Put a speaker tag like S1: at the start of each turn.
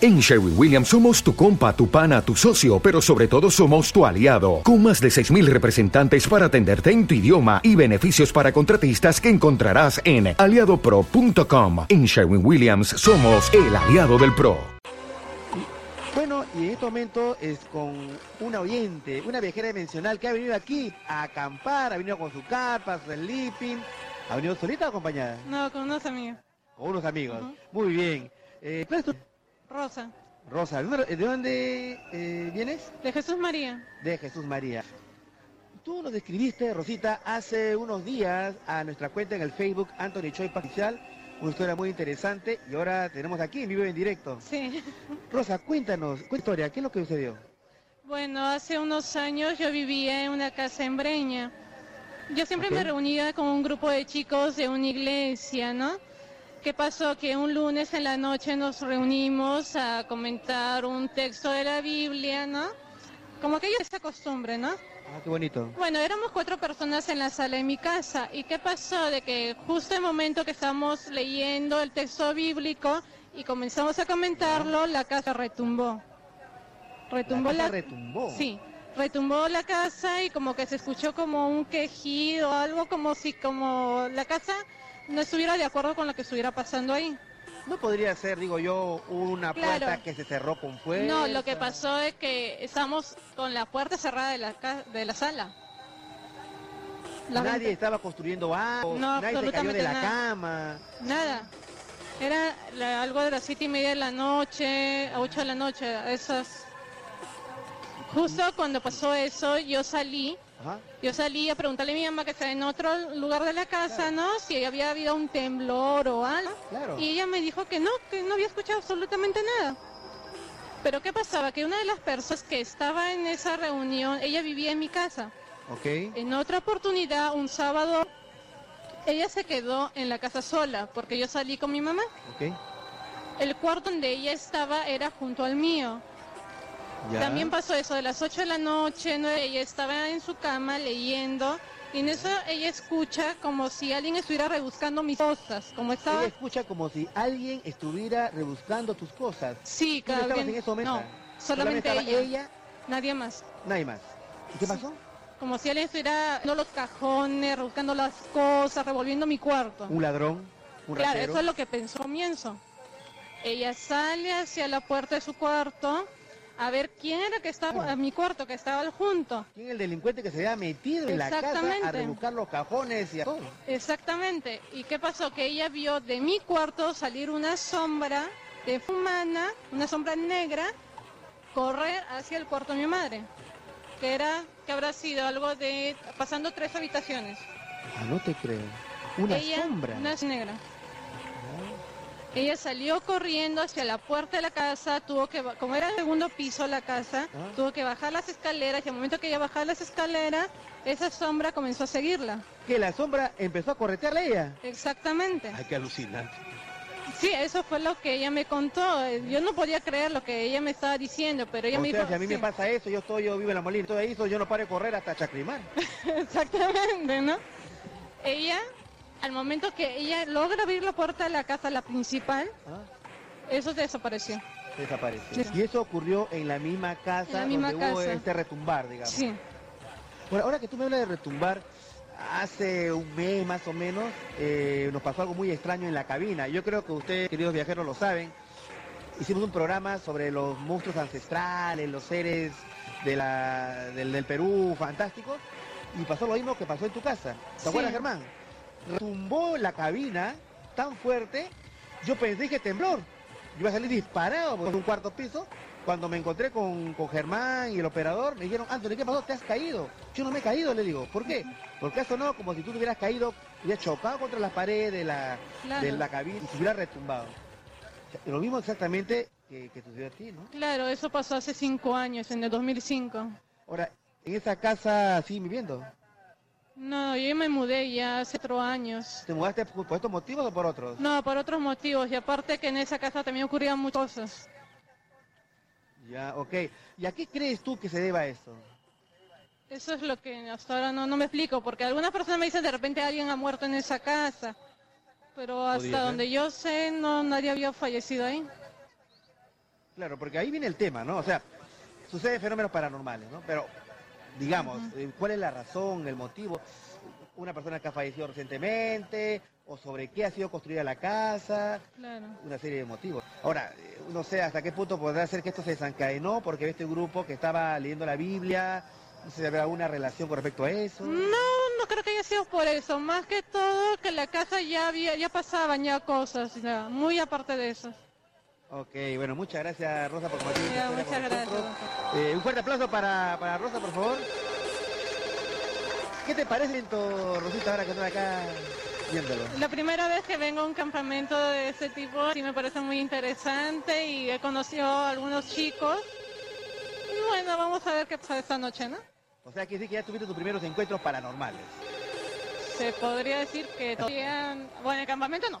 S1: En Sherwin Williams somos tu compa, tu pana, tu socio, pero sobre todo somos tu aliado, con más de 6.000 representantes para atenderte en tu idioma y beneficios para contratistas que encontrarás en aliadopro.com. En Sherwin Williams somos el aliado del PRO.
S2: Bueno, y en este momento es con una oyente, una viajera dimensional que ha venido aquí a acampar, ha venido con su carpa, su sleeping, ha venido solita o acompañada,
S3: No, con unos amigos.
S2: con unos amigos.
S3: Ujú.
S2: Muy bien. Eh, ¿cuál es tu-
S3: Rosa,
S2: Rosa, ¿de dónde- ¿de dónde eh, vienes?
S3: de Jesús María.
S2: de Jesús María. Tú nos describiste, Rosita, hace unos días a nuestra cuenta en el Facebook Anthony Choi Pacial, una historia muy interesante y ahora tenemos aquí en vivo y en directo.
S3: Sí.
S2: Rosa, cuéntanos, ¿cuál historia? ¿Qué es lo que sucedió?
S3: Bueno, hace unos años yo vivía en una casa en Breña. Yo siempre
S2: Ok.
S3: me reunía con un grupo de chicos de una iglesia, ¿no? ¿Qué pasó? Que un lunes en la noche nos reunimos a comentar un texto de la Biblia, ¿no? Como que yo esa costumbre, ¿no?
S2: Ah, qué bonito.
S3: Bueno, éramos cuatro personas en la sala de mi casa. ¿Y qué pasó? De que justo el momento que estábamos leyendo el texto bíblico y comenzamos a comentarlo, la casa retumbó. Retumbó
S2: casa
S3: la,
S2: retumbó.
S3: Sí, retumbó la casa y como que se escuchó como un quejido, algo como si como la casa no estuviera de acuerdo con lo que estuviera pasando ahí.
S2: No podría ser, digo yo, una
S3: Claro.
S2: puerta que se cerró con fuerza.
S3: No, lo que pasó es que estamos con la puerta cerrada de la, ca- de la sala. La
S2: Nadie
S3: ventana-
S2: estaba construyendo algo,
S3: No,
S2: nadie se cayó de
S3: absolutamente
S2: la
S3: nada.
S2: cama.
S3: Nada. Era la- algo de las siete y media de la noche, a ocho de la noche, a esas. Justo cuando pasó eso, yo salí.
S2: Ajá.
S3: Yo salí a preguntarle a mi mamá que está en otro lugar de la casa, ¿no? Si había habido un temblor o algo.
S2: Claro.
S3: Y ella me dijo que no, que no había escuchado absolutamente nada. Pero ¿qué pasaba? Que una de las personas que estaba en esa reunión, ella vivía en mi casa.
S2: Ok.
S3: En otra oportunidad, un sábado, ella se quedó en la casa sola porque yo salí con mi mamá.
S2: Ok.
S3: El cuarto donde ella estaba era junto al mío.
S2: Ya.
S3: También pasó eso, de las 8 de la noche, nueve, ella estaba en su cama leyendo y en eso ella escucha como si alguien estuviera rebuscando mis cosas, como estaba...
S2: Ella escucha como si alguien estuviera rebuscando tus cosas.
S3: Sí,
S2: ¿Tú no
S3: cada
S2: estabas
S3: quien-
S2: en esa mesa?
S3: No, solamente
S2: estaba
S3: ella, nadie más.
S2: nadie más. ¿Y qué
S3: Sí.
S2: pasó?
S3: Como si alguien estuviera no los cajones, rebuscando las cosas, revolviendo mi cuarto.
S2: Un ladrón, un
S3: Claro,
S2: ratero.
S3: eso es lo que pensó comienzo. Ella sale hacia la puerta de su cuarto a ver quién era que estaba en mi cuarto, que estaba al junto.
S2: ¿Quién es el delincuente que se había metido en la casa a
S3: Exactamente.
S2: rebuscar los cajones y a todo?
S3: Exactamente. ¿Y qué pasó? Que ella vio de mi cuarto salir una sombra de humana, una sombra negra, correr hacia el cuarto de mi madre, que era que habrá sido algo de pasando tres habitaciones.
S2: Ah, no te creo. Una
S3: ella,
S2: sombra.
S3: Una negra. Ella salió corriendo hacia la puerta de la casa, tuvo que, ba- como era el segundo piso la casa,
S2: Ah.
S3: tuvo que bajar las escaleras y al momento que ella bajaba las escaleras, esa sombra comenzó a seguirla.
S2: Que la sombra empezó a corretearle a ella.
S3: Exactamente.
S2: Ay, qué alucinante.
S3: Sí, eso fue lo que ella me contó. Eh, Yo no podía creer lo que ella me estaba diciendo, pero ella
S2: o
S3: me
S2: sea,
S3: dijo...
S2: si a mí me
S3: sí,
S2: pasa eso, yo estoy, yo vivo en la molina, todo eso, yo no paro de correr hasta chacrimar.
S3: Exactamente, ¿no? Ella, al momento que ella logra abrir la puerta de la casa, la principal,
S2: Ah,
S3: eso desapareció.
S2: Desapareció.
S3: Sí.
S2: Y eso ocurrió en la misma casa
S3: la misma
S2: donde hubo
S3: casa.
S2: este retumbar, digamos.
S3: Sí.
S2: Bueno, ahora que tú me hablas de retumbar, hace un mes más o menos eh, nos pasó algo muy extraño en la cabina. Yo creo que ustedes, queridos viajeros, lo saben. Hicimos un programa sobre los monstruos ancestrales, los seres de la- del, del Perú, fantásticos, y pasó lo mismo que pasó en tu casa. ¿Te
S3: Sí.
S2: acuerdas, Germán? Retumbó la cabina tan fuerte, yo pensé que temblor. Yo iba a salir disparado por un cuarto piso. Cuando me encontré con, con Germán y el operador, me dijeron, Anthony, ¿qué pasó? ¿Te has caído? Yo no me he caído, le digo. ¿Por qué? Porque ha sonado como si tú te hubieras caído, hubieras chocado contra las paredes de la,
S3: Claro.
S2: de la cabina y se hubiera retumbado. O sea, Lo mismo exactamente que, que sucedió a ti, ¿no?
S3: Claro, eso pasó hace cinco años, en el 2005.
S2: Ahora, en esa casa siguen viviendo.
S3: No, yo me mudé ya hace cuatro años.
S2: ¿Te mudaste por, por estos motivos o por otros?
S3: No, por otros motivos. Y aparte que en esa casa también ocurrían muchas cosas.
S2: Ya, ok. ¿Y a qué crees tú que se deba esto?
S3: Eso es lo que hasta ahora no, no me explico, porque algunas personas me dicen de repente alguien ha muerto en esa casa, pero hasta
S2: Podría ser.
S3: donde yo sé no nadie había fallecido ahí.
S2: Claro, porque ahí viene el tema, ¿no? O sea, suceden fenómenos paranormales, ¿no? Pero, digamos, eh, ¿cuál es la razón, el motivo? Una persona que ha fallecido recientemente, o sobre qué ha sido construida la casa,
S3: Claro.
S2: una serie de motivos. Ahora, eh, no sé hasta qué punto podrá ser que esto se desencadenó, porque este grupo que estaba leyendo la Biblia, no sé si habrá alguna relación con respecto a eso.
S3: No, no creo que haya sido por eso. Más que todo que la casa ya había, ya pasaban ya cosas, ya, muy aparte de eso.
S2: Ok, bueno, muchas gracias Rosa por compartir. esta
S3: Ya,
S2: historia
S3: muchas
S2: con
S3: gracias.
S2: nosotros. Eh, un fuerte aplauso para, para Rosa, por favor. ¿Qué te parece esto, Rosita, ahora que estás acá viéndolo?
S3: La primera vez que vengo a un campamento de ese tipo, sí me parece muy interesante y he conocido a algunos chicos. Bueno, vamos a ver qué pasa esta noche, ¿no?
S2: O sea, que sí que ya tuviste tus primeros encuentros paranormales.
S3: Se podría decir que todavía... Bueno, el campamento no.